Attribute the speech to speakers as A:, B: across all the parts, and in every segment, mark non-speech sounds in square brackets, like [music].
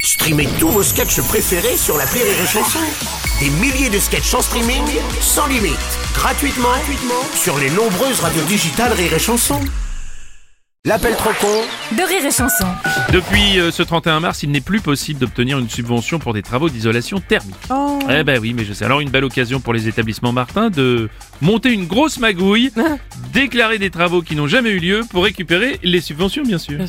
A: Streamez tous vos sketchs préférés sur la Rire et Chanson. Des milliers de sketchs en streaming, sans limite, gratuitement, gratuitement sur les nombreuses radios digitales Rire et Chanson. L'appel trop con
B: de rire et chanson.
C: Depuis euh, ce 31 mars, il n'est plus possible d'obtenir une subvention pour des travaux d'isolation thermique. Eh ben oui, mais je sais. Alors une belle occasion pour les établissements Martin de monter une grosse magouille, déclarer des travaux qui n'ont jamais eu lieu pour récupérer les subventions, bien sûr.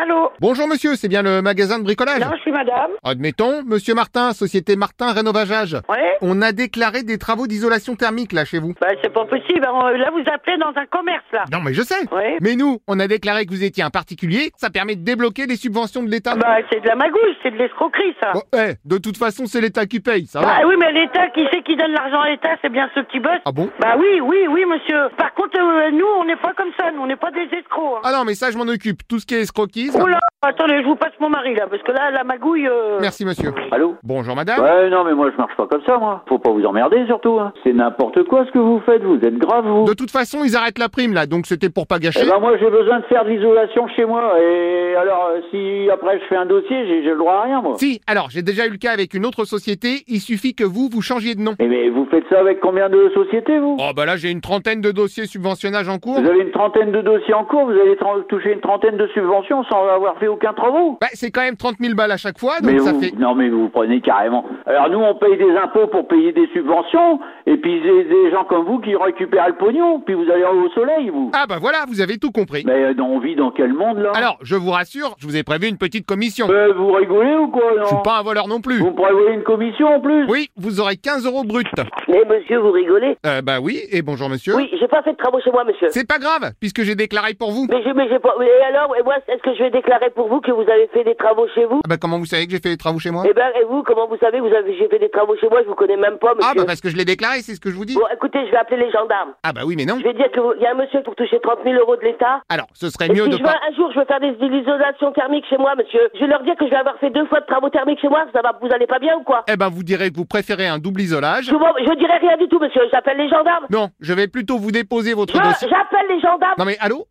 D: Allô
E: Bonjour monsieur, c'est bien le magasin de bricolage
D: Non, je suis madame.
E: Admettons, monsieur Martin, société Martin Rénovageage.
D: Ouais
E: On a déclaré des travaux d'isolation thermique là chez vous.
D: Bah, c'est pas possible. hein. Là, vous appelez dans un commerce, là.
E: Non mais je sais
D: Ouais.
E: Mais nous, on a déclaré que vous étiez un particulier, ça permet de débloquer des subventions de
F: Ah
E: l'État.
D: Bah, c'est de la magouille, c'est de l'escroquerie, ça.
F: bah.
E: Bon, eh, de toute façon, c'est l'État qui paye, ça va
D: Bah oui, mais l'État, qui c'est qui donne l'argent à l'État C'est bien ceux qui bossent.
E: Ah bon
D: Bah oui, oui, oui, monsieur. Par contre, euh, nous, on n'est pas comme ça. Nous, on n'est pas des escrocs. hein.
E: Ah non, mais ça, je m'en occupe. Tout ce qui est escroquise... ça-
D: Oh là Attendez, je vous passe mon mari, là, parce que là, la magouille... euh,
E: Merci monsieur.
F: Allô
E: Bonjour madame.
F: Ouais, non, mais moi je marche pas comme ça, moi. Faut pas vous emmerder surtout. Hein. C'est n'importe quoi ce que vous faites, vous êtes grave, vous.
E: De toute façon, ils arrêtent la prime là, donc c'était pour pas
F: Eh
E: gâcher.
F: ben moi j'ai besoin de faire de l'isolation chez moi. Et alors, euh, si après je fais un dossier, j'ai j'ai le droit à rien, moi.
E: Si, alors, j'ai déjà eu le cas avec une autre société, il suffit que vous, vous changiez de nom.
F: Mais, mais Eh ben, vous faites ça avec combien de sociétés, vous
E: Oh bah là, j'ai une trentaine de dossiers subventionnage en cours.
F: Vous avez une trentaine de dossiers en cours, vous allez tra- toucher une trentaine de subventions sans avoir fait aucun travaux.
E: Bah, c'est quand même 30 000 balles à chaque fois, Ah, donc
F: Mais
E: ça
F: vous,
E: fait...
F: non mais vous vous prenez carrément. Alors nous on paye des impôts pour payer des subventions, et puis des, des gens comme vous qui récupèrent le pognon, puis vous allez au soleil vous.
E: Ah bah voilà, vous avez tout compris.
F: Mais euh, on vit dans quel monde là
E: Alors, je vous rassure, je vous ai prévu une petite commission.
F: Euh, vous rigolez ou quoi non
E: Je suis pas un voleur non plus.
F: Vous me prévoyez une commission en plus
E: Oui, vous aurez 15 euros brut.
G: Mais monsieur, vous rigolez
E: Euh, bah oui, et bonjour monsieur.
G: Oui, j'ai pas fait de travaux chez moi, monsieur.
E: C'est pas grave, puisque j'ai déclaré pour vous.
G: Mais je, mais j'ai pas. mais Et alors, et moi, est-ce que je vais déclarer pour vous que vous avez fait des travaux chez vous
E: Ah bah comment vous savez que j'ai fait les travaux chez moi
G: Eh ben, et vous, comment vous savez, vous avez, j'ai fait des travaux chez moi, je vous connais même pas, monsieur.
E: Ah bah parce que je l'ai déclaré, c'est ce que je vous dis.
G: Bon, écoutez, je vais appeler les gendarmes.
E: Ah bah oui, mais non.
G: Je vais dire que vous- il y a un monsieur pour toucher 30 000 euros de l'État.
E: Alors, ce serait
G: Et
E: mieux
G: si
E: de
G: je veux,
E: pas...
G: un jour, je veux faire des des isolations thermiques chez moi, monsieur, je vais leur dire que je vais avoir fait deux fois de travaux thermiques chez moi, ça va, vous allez pas bien ou quoi
E: Eh ben, vous direz que vous préférez un double isolage.
G: je, vous- je dirai rien du tout, monsieur, j'appelle les gendarmes.
E: Non, je vais plutôt vous déposer votre
G: Je-
E: dossier.
G: J'appelle les gendarmes.
E: Non mais allô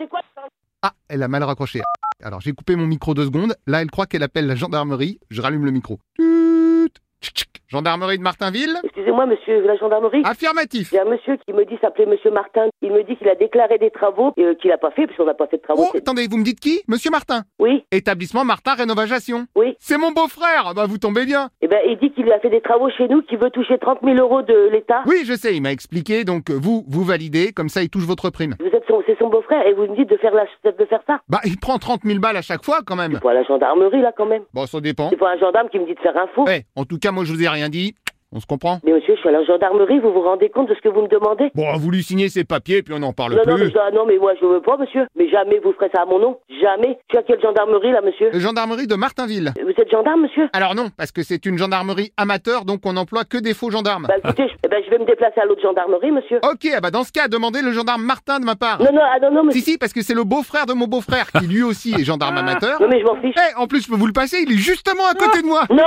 G: C'est quoi ça
E: Ah, elle a mal raccroché. Alors j'ai coupé mon micro deux secondes. Là, elle croit qu'elle appelle la gendarmerie. Je rallume le micro. Tut, tchic, tchic. Gendarmerie de Martinville
G: Excusez-moi, monsieur, la gendarmerie.
E: Ah. Affirmatif.
G: Il y a un monsieur qui me dit s'appelait Monsieur Martin. Il me dit qu'il a déclaré des travaux et euh, qu'il n'a pas fait, puisqu'on n'a pas fait de travaux.
E: Oh,
G: C'est-
E: attendez, vous me dites qui Monsieur Martin.
G: Oui,
E: Établissement Martin Rénovation.
G: Oui.
E: C'est mon beau-frère. Ah Bah vous tombez bien.
G: eh ben, il dit qu'il a fait des travaux chez nous, qu'il veut toucher 30 000 euros de l'État.
E: Oui, je sais, il m'a expliqué. Donc euh, vous, vous validez. Comme ça, il touche votre prime.
G: Vous êtes son, c'est son beau-frère et vous me dites de faire, la, de faire ça.
E: Bah, il prend 30 000 balles à chaque fois quand même.
G: C'est pas la gendarmerie, là, quand même.
E: Bon, ça dépend.
G: C'est pas un gendarme qui me dit de faire un faux.
E: Eh, en tout cas, moi, je vous ai rien dit. On se comprend
G: Mais monsieur, je suis à la gendarmerie, vous vous rendez compte de ce que vous me demandez
E: Bon, vous lui signez ses papiers, puis on n'en parle
G: non, non, mais
E: plus.
G: je- ah, non, mais moi, je veux pas, monsieur. Mais jamais vous ferez ça à mon nom. Jamais. Tu as quelle gendarmerie, là, monsieur
E: Gendarmerie de Martinville.
G: Vous êtes gendarme,
E: [laughs]
G: monsieur
E: Alors non, parce que c'est une gendarmerie amateur, donc on n'emploie que des faux gendarmes.
G: Bah, écoutez, je, eh ben, je vais me déplacer à l'autre gendarmerie, monsieur.
E: Ok, ah bah dans ce cas, demandez le gendarme Martin de ma part.
G: Non, non, ah, non, non,
E: Si,
G: monsieur.
E: si, parce que c'est le beau-frère de mon beau-frère, qui lui aussi est gendarme amateur.
G: Non, mais je m'en fiche.
E: Eh, en plus, je peux vous le passer, il est justement à côté de moi
G: Non